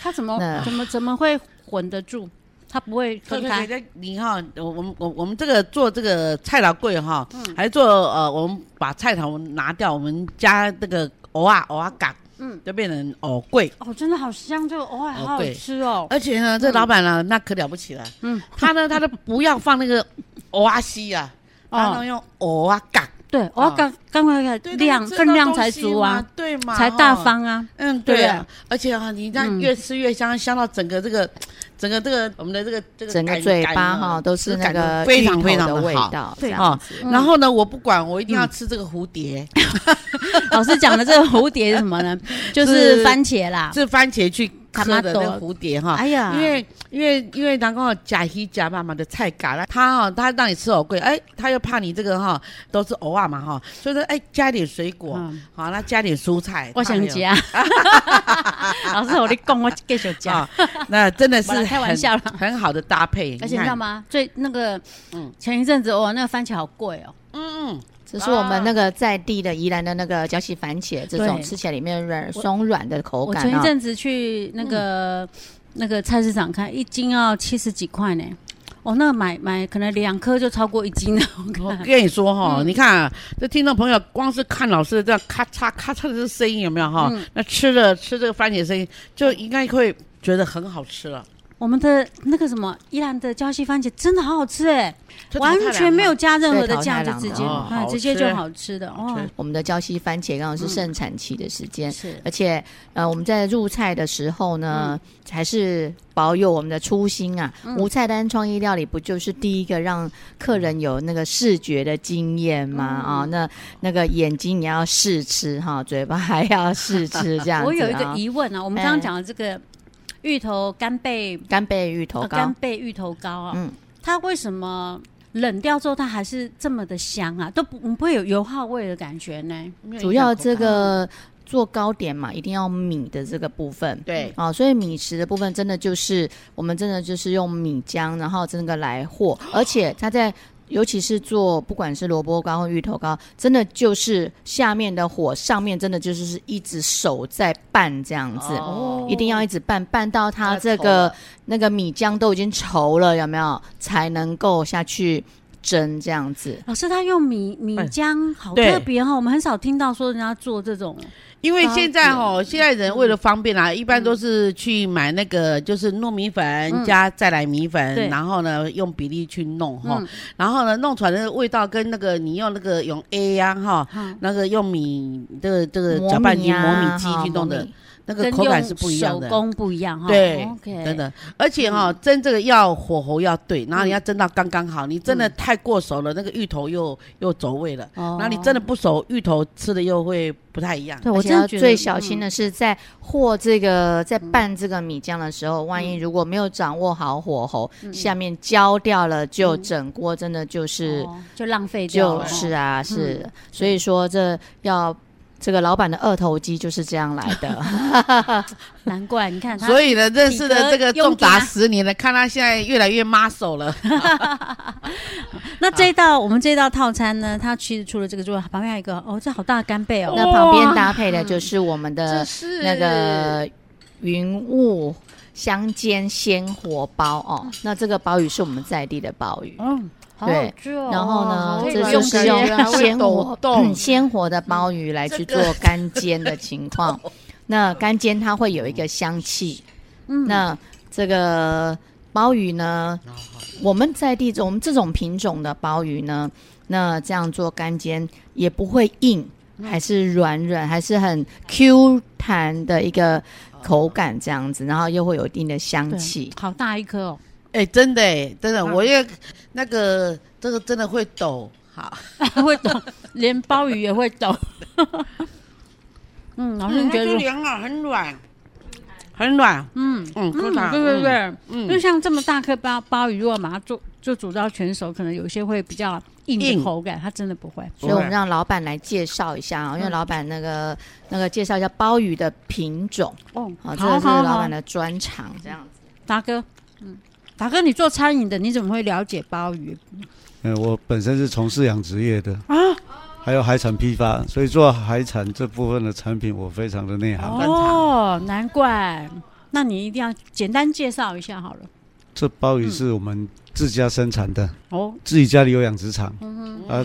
Speaker 1: 它怎么
Speaker 4: 那
Speaker 1: 怎么怎么会混得住？它不会
Speaker 2: 对
Speaker 1: 分
Speaker 2: 对
Speaker 1: 开
Speaker 2: 对，在你哈，我我们我我们这个做这个菜老柜哈，
Speaker 1: 嗯
Speaker 2: 还做呃，我们把菜头拿掉，我们加那个藕啊藕啊嘎，
Speaker 1: 嗯
Speaker 2: 嗯，就变成藕桂。
Speaker 1: 哦，真的好香，这个哇，
Speaker 2: 好
Speaker 1: 好好
Speaker 2: 贵
Speaker 1: 吃哦。
Speaker 2: 而且呢，这老板呢，那可了不起了，
Speaker 1: 嗯
Speaker 2: 嗯，他呢，他都不要放那个藕啊西啊，他
Speaker 1: 哦
Speaker 2: 呢用藕啊嘎，
Speaker 1: 对，我要刚刚刚
Speaker 2: 对
Speaker 1: 量更量才足，
Speaker 2: 那
Speaker 1: 啊
Speaker 2: 个，吃到东西嘛对嘛，
Speaker 1: 才大
Speaker 2: 哦
Speaker 1: 方啊。
Speaker 2: 嗯，对
Speaker 1: 对
Speaker 2: 啊，而且啊，你这样
Speaker 1: 嗯
Speaker 2: 越吃越香，香到整个这个，整个这个我们的这个这个
Speaker 4: 整个
Speaker 2: 感
Speaker 4: 嘴
Speaker 2: 感
Speaker 4: 巴
Speaker 2: 呢
Speaker 4: 哈都是那
Speaker 2: 感
Speaker 4: 个
Speaker 2: 觉非
Speaker 4: 芋
Speaker 2: 常
Speaker 4: 头
Speaker 2: 非常
Speaker 4: 的
Speaker 2: 的
Speaker 4: 味
Speaker 2: 好
Speaker 4: 道，
Speaker 1: 对
Speaker 4: 这样
Speaker 2: 哦
Speaker 4: 子。
Speaker 1: 嗯
Speaker 2: 然后呢，我不管，我一定要吃这个蝴蝶，
Speaker 1: *laughs* 老师讲的这个蝴蝶是什么
Speaker 2: *laughs*
Speaker 1: 呢？就是番茄啦。
Speaker 2: 是番茄去磕的
Speaker 1: Tomato
Speaker 2: 那个蝴蝶哈。
Speaker 1: 哎呀，
Speaker 2: 因为因为因为南宫假西假妈妈的菜嘎啦，他哈他让你吃藕桂，哎，他又怕你这个哈都是藕啊嘛哈，所以说哎加点水果，
Speaker 1: 嗯
Speaker 2: 好那加点蔬菜，
Speaker 1: 我想
Speaker 2: 加。
Speaker 1: 夹。 *laughs* 老师，我跟你讲，我继续
Speaker 2: *laughs*
Speaker 1: 夹。
Speaker 2: 啊，那真的是
Speaker 1: 没啦开玩
Speaker 2: 很
Speaker 1: 笑啦
Speaker 2: 很好的搭配。
Speaker 1: 而且你知道吗？最那个，
Speaker 2: 嗯
Speaker 1: 前一阵子哦，那个番茄好贵哦，
Speaker 2: 你看？嗯嗯，
Speaker 4: 这是我们那个在地的宜兰的那个胶西番茄，这种
Speaker 1: 对
Speaker 4: 吃起来里面软
Speaker 1: 我
Speaker 4: 松软的口
Speaker 1: 我
Speaker 4: 感
Speaker 1: 前一
Speaker 4: 啊。嗯
Speaker 1: 阵子去那个、那个菜市场看，一斤要七十几块呢。哦，那买买可能两颗就超过一斤了。我
Speaker 2: 我
Speaker 4: 哦
Speaker 1: 看
Speaker 2: 跟你说哈，你看啊这听众朋友，光是看老师的这样咔嚓咔嚓的这声音有没有哈
Speaker 1: 嗯？
Speaker 2: 那吃了吃这个番茄声音，就应该会觉得很好吃了，
Speaker 1: 我们的那个什么宜兰的胶西番茄真的好好吃哎，
Speaker 2: 这
Speaker 1: 完
Speaker 2: 桃太郎
Speaker 1: 全没有
Speaker 2: 嘛。
Speaker 1: 加任何的
Speaker 4: 对
Speaker 1: 酱，就
Speaker 4: 桃太郎
Speaker 1: 直接
Speaker 2: 的哦
Speaker 1: 哎
Speaker 2: 好
Speaker 1: 直接
Speaker 2: 吃
Speaker 1: 就好吃的哦
Speaker 2: 好吃。
Speaker 4: 我们的胶西番茄刚好是盛产期的时间，
Speaker 1: 是
Speaker 4: 而且呃，我们在入菜的时候呢，
Speaker 1: 嗯
Speaker 4: 还是保有我们的初心啊。无菜单创意料理不就是第一个让客人有那个视觉的经验吗？
Speaker 1: 嗯
Speaker 4: 啊、那那个眼睛你要试吃哈，嘴巴还要试吃，这样子、啊。
Speaker 1: 我有一个疑问啊，我们刚刚
Speaker 4: 哎
Speaker 1: 讲的这个芋头干贝
Speaker 4: 干贝芋头
Speaker 1: 呃
Speaker 4: 糕，
Speaker 1: 干贝芋头糕啊，
Speaker 4: 嗯
Speaker 1: 它为什么冷掉之后它还是这么的香啊？都不不会有油耗味的感觉呢？
Speaker 2: 没有
Speaker 4: 主
Speaker 2: 影响
Speaker 4: 要
Speaker 2: 口
Speaker 4: 这
Speaker 2: 感
Speaker 4: 个做糕点嘛，一定要米的这个部分。
Speaker 2: 对
Speaker 4: 啊，所以米食的部分真的就是我们真的就是用米浆，然后这个来和，而且它在。尤其是做不管是萝卜糕或芋头糕，真的就是下面的火，上面真的就是是一直手在拌这样子，
Speaker 2: 哦
Speaker 4: 一定要一直拌，拌到它
Speaker 2: 它
Speaker 4: 这
Speaker 2: 稠
Speaker 4: 个
Speaker 2: 了
Speaker 4: 那个米浆都已经稠了，有没有才能够下去蒸这样子？
Speaker 1: 老师，他用米米
Speaker 2: 哎
Speaker 1: 浆，好
Speaker 2: 对
Speaker 1: 特别哈、哦我们很少听到说人家做这种
Speaker 2: 因为现在哈，现在人为了方便
Speaker 4: 嗯
Speaker 2: 啊，一般都是去买那个就是糯米
Speaker 1: 嗯
Speaker 2: 粉加再来
Speaker 1: 对
Speaker 2: 米粉，然后呢用比例去弄哈
Speaker 1: 嗯，
Speaker 2: 然后呢弄出来的味道跟那个你用那个用 A 呀哈
Speaker 1: 嗯，
Speaker 2: 那个用米这个这个
Speaker 4: 磨
Speaker 2: 搅拌
Speaker 4: 米
Speaker 2: 机
Speaker 4: 啊
Speaker 2: 磨米机
Speaker 4: 哈
Speaker 2: 去弄
Speaker 4: 磨
Speaker 2: 的
Speaker 4: 米，
Speaker 2: 那个
Speaker 1: 跟
Speaker 2: 口感
Speaker 1: 用
Speaker 2: 是不一样
Speaker 1: 手
Speaker 2: 的。
Speaker 1: 工嗯不一样哈。哦
Speaker 2: 对
Speaker 1: o k
Speaker 2: 真。的，而且哈、蒸这个要火候要对，然后你要蒸到刚刚
Speaker 1: 嗯
Speaker 2: 好。你真的太过熟了，那个芋头又又走味了。
Speaker 1: 哦
Speaker 2: 然后你真的不熟，芋头吃的又会不太一样。
Speaker 1: 对
Speaker 4: 我
Speaker 1: 我
Speaker 4: 真
Speaker 1: 真
Speaker 4: 的
Speaker 1: 的觉得
Speaker 4: 最小心
Speaker 1: 嗯
Speaker 4: 的是在和这个在拌这个米浆的时候，万
Speaker 1: 嗯
Speaker 4: 一如果没有掌握好火候，下面焦掉了，就整锅真的就是、
Speaker 1: 嗯哦就浪费掉
Speaker 4: 就
Speaker 1: 了，哦嗯
Speaker 4: 是啊，是，所以说这要这个老板的二头肌就是这样来
Speaker 1: *laughs*
Speaker 4: 的。
Speaker 1: 难怪你看他
Speaker 2: 所以呢，认
Speaker 1: 体
Speaker 2: 识
Speaker 1: 格
Speaker 2: 了这个
Speaker 1: 用
Speaker 2: 重达
Speaker 1: 力啊
Speaker 2: 十年了，看他现在越来越 muscle 了。啊
Speaker 1: 那这一道我们这道套餐呢，它其实除了这个之外，旁边还有一个哦，这好大的干贝哦，
Speaker 4: 那旁边搭配
Speaker 1: 嗯
Speaker 4: 的就是我们的
Speaker 2: 是
Speaker 4: 那个云雾香煎鲜活包哦，那这个鲍鱼是我们在地的鲍鱼，
Speaker 2: 嗯，
Speaker 1: 好
Speaker 4: 对
Speaker 1: 好吃哦。
Speaker 4: 然后呢，
Speaker 1: 可以
Speaker 4: 这
Speaker 1: 软
Speaker 4: 就是
Speaker 1: 煎
Speaker 4: 用
Speaker 2: 啊会
Speaker 4: 鲜活
Speaker 2: 抖
Speaker 1: 哦
Speaker 2: 动
Speaker 4: 嗯鲜活的鲍鱼来去做干煎的情
Speaker 1: *laughs*
Speaker 4: 况。那干煎它会有一个香气，
Speaker 1: 嗯
Speaker 4: 那这个鲍鱼呢，我们在地我们这种品种的鲍鱼呢，那这样做干煎也不会硬，
Speaker 1: 嗯
Speaker 4: 还是软软，还是很 Q 弹的一个口感这样子，然后又会有一定的香
Speaker 1: 嗯对
Speaker 4: 气。
Speaker 1: 好大一颗哦， *laughs*
Speaker 2: 哎、真的哎、真
Speaker 1: 啊
Speaker 2: 的，我也那个这个真的会抖。好，
Speaker 1: 会抖，连鲍鱼也会抖。 *laughs* 嗯，老师你觉得如何？
Speaker 2: 很好，啊很软，很软。
Speaker 1: 嗯
Speaker 2: 嗯，
Speaker 1: 嗯，
Speaker 2: 扣打
Speaker 1: 对对，对，
Speaker 2: 嗯
Speaker 1: 因为像这么大颗鲍鲍鱼，如果把它做就煮到全熟，可能有些会比较硬的
Speaker 2: 硬
Speaker 1: 口感，它真的不会。嗯
Speaker 4: 所以我们让老板来介绍一下啊，因为老板那个那个介绍一下鲍鱼的品种
Speaker 1: 哦，
Speaker 4: 啊，这
Speaker 1: 好
Speaker 4: 个是
Speaker 1: 好
Speaker 4: 老
Speaker 1: 好
Speaker 4: 板，的专长，这样子。
Speaker 1: 达哥，嗯，达哥，你做餐饮的，你怎么会了解鲍鱼？
Speaker 3: 呃，我本身是从事养殖业的啊，还有海产批发，所以做海产这部分的产品我非常的内行。
Speaker 2: 专长
Speaker 1: 哦，难怪。那你一定要简单介绍一下好了。
Speaker 3: 这鲍鱼是我们自家生产的，
Speaker 1: 哦，
Speaker 3: 自己家里有养殖场，啊，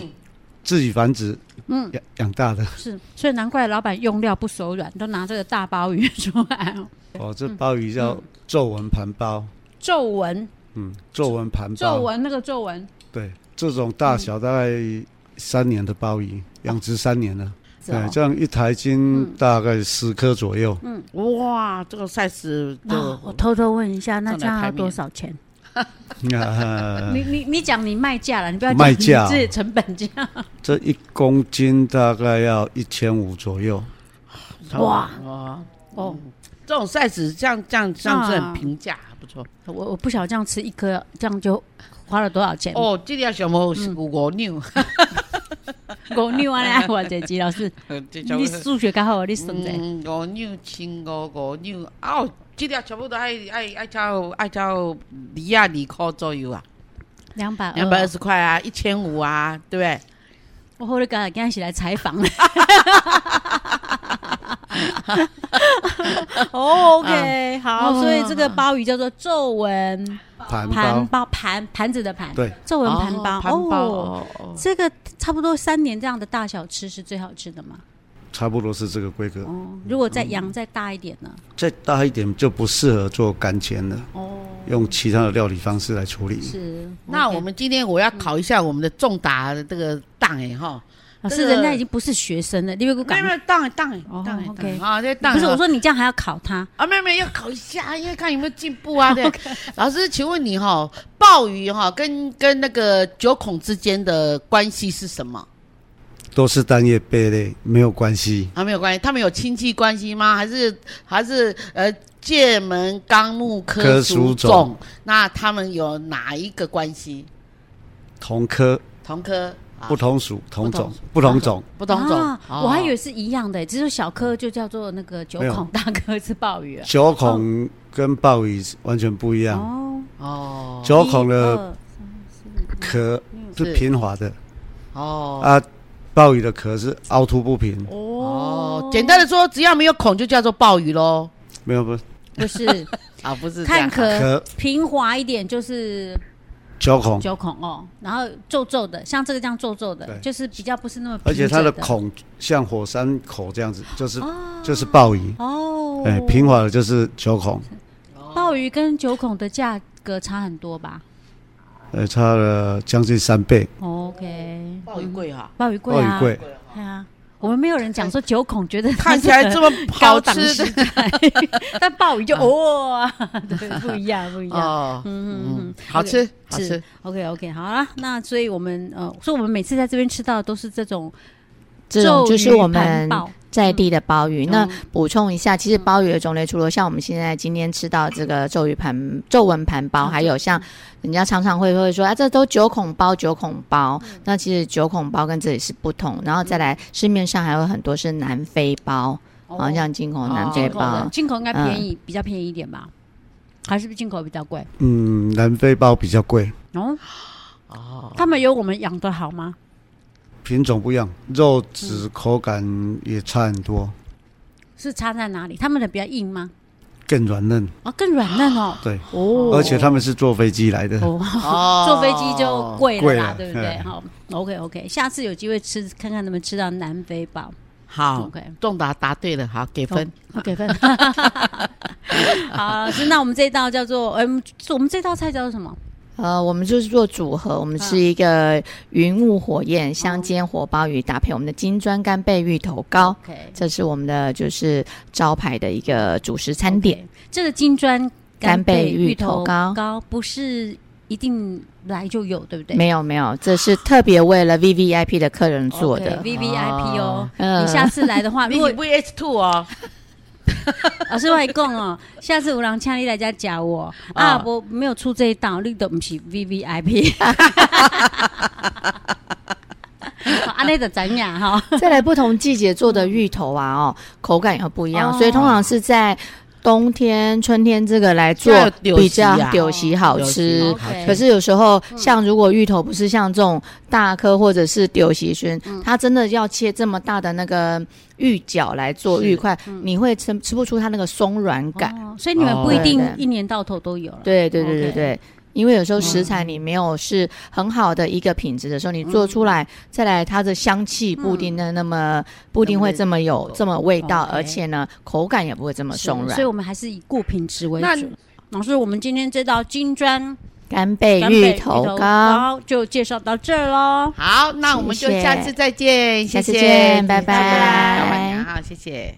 Speaker 3: 自己繁殖，
Speaker 1: 嗯
Speaker 3: 养养大的。
Speaker 1: 是，所以难怪老板用料不手软，都拿这个大鲍鱼出来哦。
Speaker 3: 哦，这鲍鱼叫
Speaker 1: 嗯
Speaker 3: 皱纹盘包，
Speaker 1: *laughs* 皱纹，
Speaker 3: 嗯，皱纹盘
Speaker 1: 皱
Speaker 3: 包，
Speaker 1: 纹那个皱纹，
Speaker 3: 对，这种大小大概三年的鲍
Speaker 1: 嗯
Speaker 3: 鱼，养殖三年了，
Speaker 1: 哦
Speaker 3: 对，这样一台斤大概十颗左右。
Speaker 1: 嗯
Speaker 2: 哇，这个 size
Speaker 1: 那
Speaker 2: 的
Speaker 1: 啊我偷偷问一下，那
Speaker 2: 正
Speaker 1: 这
Speaker 2: 在
Speaker 1: 样要
Speaker 2: 排面
Speaker 1: 多少钱？
Speaker 3: *laughs* 啊
Speaker 1: 你你你讲你卖价了，你不要
Speaker 3: 卖
Speaker 1: 讲
Speaker 3: 价
Speaker 1: 你
Speaker 3: 哦
Speaker 1: 自己成本价。
Speaker 3: 这一公斤大概要一千五左右，
Speaker 1: 哇
Speaker 2: 哇，
Speaker 1: 哦，
Speaker 2: 这种 size 这样这样这样是
Speaker 1: 啊
Speaker 2: 很平价，不错。
Speaker 1: 我我不晓得这样吃一颗，这样就花了多少钱？
Speaker 2: 哦，这条小猫是五五六，
Speaker 1: 狗牛啊，来我这吉老师，
Speaker 2: *laughs* 这条
Speaker 1: *laughs* 嗯你数学较好，你算者。
Speaker 2: 嗯五六千五五六，哦，这条差不多爱爱爱超爱超二啊二块左右啊，
Speaker 1: 两百
Speaker 2: 两百二，十块啊，一千五啊，对不对？
Speaker 1: 我后来刚才跟他一起来采访 *laughs* *laughs* 哦，OK，好，
Speaker 5: 嗯
Speaker 1: 哦所以这个鲍鱼叫做皱纹
Speaker 3: 盘
Speaker 1: 盘
Speaker 3: 包，
Speaker 1: 包盘盘子的盘，
Speaker 3: 对，
Speaker 1: 皱纹盘
Speaker 2: 哦
Speaker 1: 包
Speaker 2: 盘包
Speaker 1: 哦。
Speaker 2: 哦哦
Speaker 1: 这个差不多三年这样的大小吃是最好吃的嘛？
Speaker 3: 差不多是这个规格。
Speaker 1: 哦，如果
Speaker 3: 嗯
Speaker 1: 再养再大一点呢？
Speaker 3: 再大一点就不适合做干煎了，
Speaker 1: 哦，
Speaker 3: 用其他的料理方式来处理。
Speaker 1: 是。
Speaker 2: 那
Speaker 1: OK
Speaker 2: 我们今天我要考一下我们的重达的这个档哎哈，
Speaker 1: 老
Speaker 2: 这
Speaker 1: 师，人
Speaker 2: 个
Speaker 1: 家已经不是学生了，你别给我
Speaker 2: 没
Speaker 1: 搞
Speaker 2: 有没有档哎档哎
Speaker 1: 哦
Speaker 2: 档哎
Speaker 1: OK
Speaker 2: 档哎啊，这档
Speaker 1: 不是，
Speaker 2: 哎
Speaker 1: 我说你这样还要考他，
Speaker 2: 啊，妹妹要考一下，因为看有没有进步
Speaker 1: *laughs*
Speaker 2: 啊。对，老师，请问你哈、鲍鱼哈、跟跟那个九孔之间的关系是什么？
Speaker 3: 都是单叶贝类，没有关系。
Speaker 2: 啊，没有关系，他们有亲戚关系吗？还是还是呃，界门纲目科
Speaker 3: 科
Speaker 2: 属
Speaker 3: 属种
Speaker 2: 种？那他们有哪一个关系？
Speaker 3: 同科、
Speaker 2: 同科啊
Speaker 3: 不同属、同
Speaker 2: 不同
Speaker 3: 种
Speaker 2: 属、
Speaker 3: 不同种，
Speaker 2: 不同种？
Speaker 1: 啊
Speaker 2: 哦
Speaker 1: 我还以为是一样的，只是小颗就叫做那个九
Speaker 3: 没有
Speaker 1: 孔，大颗是鲍鱼啊。
Speaker 3: 九孔跟鲍鱼完全不一样。
Speaker 1: 哦，
Speaker 2: 哦
Speaker 3: 九孔
Speaker 1: 一
Speaker 3: 的
Speaker 1: 二嗯
Speaker 3: 壳
Speaker 2: 是
Speaker 3: 是平滑的
Speaker 2: 哦
Speaker 3: 啊，鲍鱼的壳是凹凸不平。
Speaker 2: 哦
Speaker 1: 哦，，
Speaker 2: 简单的说，只要没有孔就叫做鲍鱼喽。
Speaker 3: 没有不
Speaker 1: 不是
Speaker 2: 啊，不是这
Speaker 1: 看
Speaker 2: 样
Speaker 1: 壳
Speaker 3: 壳
Speaker 1: 平滑一点就是
Speaker 3: 九孔，
Speaker 1: 九孔哦，然后皱皱的，像这个这样皱皱的，
Speaker 3: 对
Speaker 1: 就是比较不是那么
Speaker 3: 而且
Speaker 1: 平
Speaker 3: 它
Speaker 1: 整
Speaker 3: 的
Speaker 1: 的
Speaker 3: 孔像火山口这样子，就是就是鲍鱼。
Speaker 1: 哦，
Speaker 3: 哎，平滑的就是九孔，
Speaker 1: 鲍鱼跟九孔的价格差很多吧
Speaker 3: 呃，差了将近三倍。
Speaker 1: 哦？OK，嗯
Speaker 2: 鲍鱼贵哈、
Speaker 1: 鲍鱼贵
Speaker 3: 鲍
Speaker 1: 啊，
Speaker 3: 鱼贵，
Speaker 1: 对啊，我们没有人讲说九孔，觉得
Speaker 2: 看起来这么
Speaker 1: *laughs* 高
Speaker 2: 好
Speaker 1: 档
Speaker 2: 吃
Speaker 1: 食
Speaker 2: 的
Speaker 1: 材， *laughs* 但鲍鱼就
Speaker 4: 嗯
Speaker 1: 哦， *laughs* 对，不一样，不一样。
Speaker 2: 哦，
Speaker 1: 嗯嗯
Speaker 2: 嗯，好吃，好
Speaker 1: 是
Speaker 4: *laughs*
Speaker 2: 吃，
Speaker 1: OK OK，好啦，那所以我们呃，所以我们每次在这边吃到的都是这种
Speaker 4: 这种就是
Speaker 1: 咒语
Speaker 4: 我
Speaker 1: 盘
Speaker 4: 们
Speaker 1: 鲍
Speaker 4: 在地的鲍鱼。那
Speaker 1: 嗯
Speaker 4: 补充一下，其实
Speaker 1: 嗯
Speaker 4: 鲍鱼的种类除了像我们现在今天吃到这个咒语盘、皱纹盘包，
Speaker 1: 嗯
Speaker 4: 还有像人家常常会会说啊，这都九孔包、九孔包。
Speaker 1: 嗯
Speaker 4: 那其实九孔包跟这里是不同，然后再来市面上还有很多是南非包，好、
Speaker 1: 哦
Speaker 4: 像进口南
Speaker 2: 哦
Speaker 4: 非嗯
Speaker 1: 进口的
Speaker 4: 包，
Speaker 1: 进口应该便宜，比较便宜一点吧？还是不是进口比较贵？
Speaker 3: 嗯，南非包比较贵，
Speaker 1: 哦，
Speaker 2: 哦，
Speaker 1: 他们有我们养的好吗？
Speaker 3: 品种不一样，肉
Speaker 1: 嗯
Speaker 3: 质口感也差很多，
Speaker 1: 是差在哪里？他们的比较硬吗？
Speaker 3: 更软嫩。
Speaker 1: 啊，更软嫩哦。
Speaker 3: 对，
Speaker 1: 哦，
Speaker 3: 而且他们是坐飞机来的，
Speaker 1: 哦，
Speaker 2: 哦
Speaker 1: 坐飞机就贵了
Speaker 3: 贵
Speaker 1: 啦，
Speaker 3: 了
Speaker 1: 对不对？好，OK OK，下次有机会吃看看能不能吃到南非包。
Speaker 2: 好，
Speaker 1: OK，
Speaker 2: 仲达答对了，好，给分。
Speaker 1: 好给分。 *laughs* 好，老师，那我们这道叫做，呃，我们这道菜叫做什么？
Speaker 4: 呃，我们就是做组合，我们
Speaker 1: 啊
Speaker 4: 是一个云雾火焰香
Speaker 1: 哦
Speaker 4: 煎火鲍鱼，搭配我们的金砖干贝芋头糕。
Speaker 1: OK，
Speaker 4: 这是我们的就是招牌的一个主食餐点。
Speaker 1: 这个金砖
Speaker 4: 干贝芋
Speaker 1: 芋头
Speaker 4: 头糕
Speaker 1: 糕不是一定来就有，对不对？
Speaker 4: 没有没有，这是特别为 *laughs* 了 V V I P 的客人做的。
Speaker 1: V V I P 哦。
Speaker 4: 嗯
Speaker 1: 你下
Speaker 4: *laughs*
Speaker 1: 次来的话，如
Speaker 2: 你
Speaker 1: 果
Speaker 2: V H two 哦，
Speaker 1: 老师外讲哦，下次有人请你来家夹我
Speaker 4: 哦
Speaker 1: 啊，我没有出这一档，你都不是 V V I
Speaker 4: *laughs*
Speaker 1: P。好，安内的怎样
Speaker 4: *laughs*
Speaker 1: 哈？
Speaker 4: 再来，不同季节做的芋头啊，哦，口感也会不一样，
Speaker 1: 哦
Speaker 4: 所以通常是在冬天、春天这个来
Speaker 2: 就
Speaker 4: 做
Speaker 2: 要丢席
Speaker 4: 比较
Speaker 2: 啊
Speaker 4: 酒席好
Speaker 1: 席
Speaker 4: 吃
Speaker 1: 好。吃
Speaker 4: 可是有时候，像如果芋头不是像这种大颗或者是酒席熏，它真的要切这么大的那个芋角来做
Speaker 2: 是
Speaker 4: 芋块，你会吃吃不出它那个松软感。
Speaker 1: 哦所以你们不一定
Speaker 4: 哦对对
Speaker 1: 一年到头都有了。
Speaker 4: 对对对
Speaker 1: OK
Speaker 4: 对对。因为有时候食材你没有是很好的一个品质的时候，你做出来再来它的香气不一定的那
Speaker 1: 嗯
Speaker 4: 么不一定会这么有这么味道，
Speaker 1: OK
Speaker 4: 而且呢口感也不会这么
Speaker 1: 是
Speaker 4: 松
Speaker 1: 所以
Speaker 4: 软。
Speaker 1: 我们还是以过品质为
Speaker 2: 那
Speaker 1: 主。老师，我们今天这道金砖
Speaker 4: 干贝
Speaker 1: 干贝
Speaker 4: 芋头糕，
Speaker 1: 就介绍到这儿喽。
Speaker 2: 好，那我们就
Speaker 4: 谢谢
Speaker 2: 下次再见，
Speaker 4: 下次
Speaker 2: 谢谢
Speaker 4: 见拜
Speaker 2: 谢谢
Speaker 4: 拜
Speaker 2: 老板娘，好，谢谢。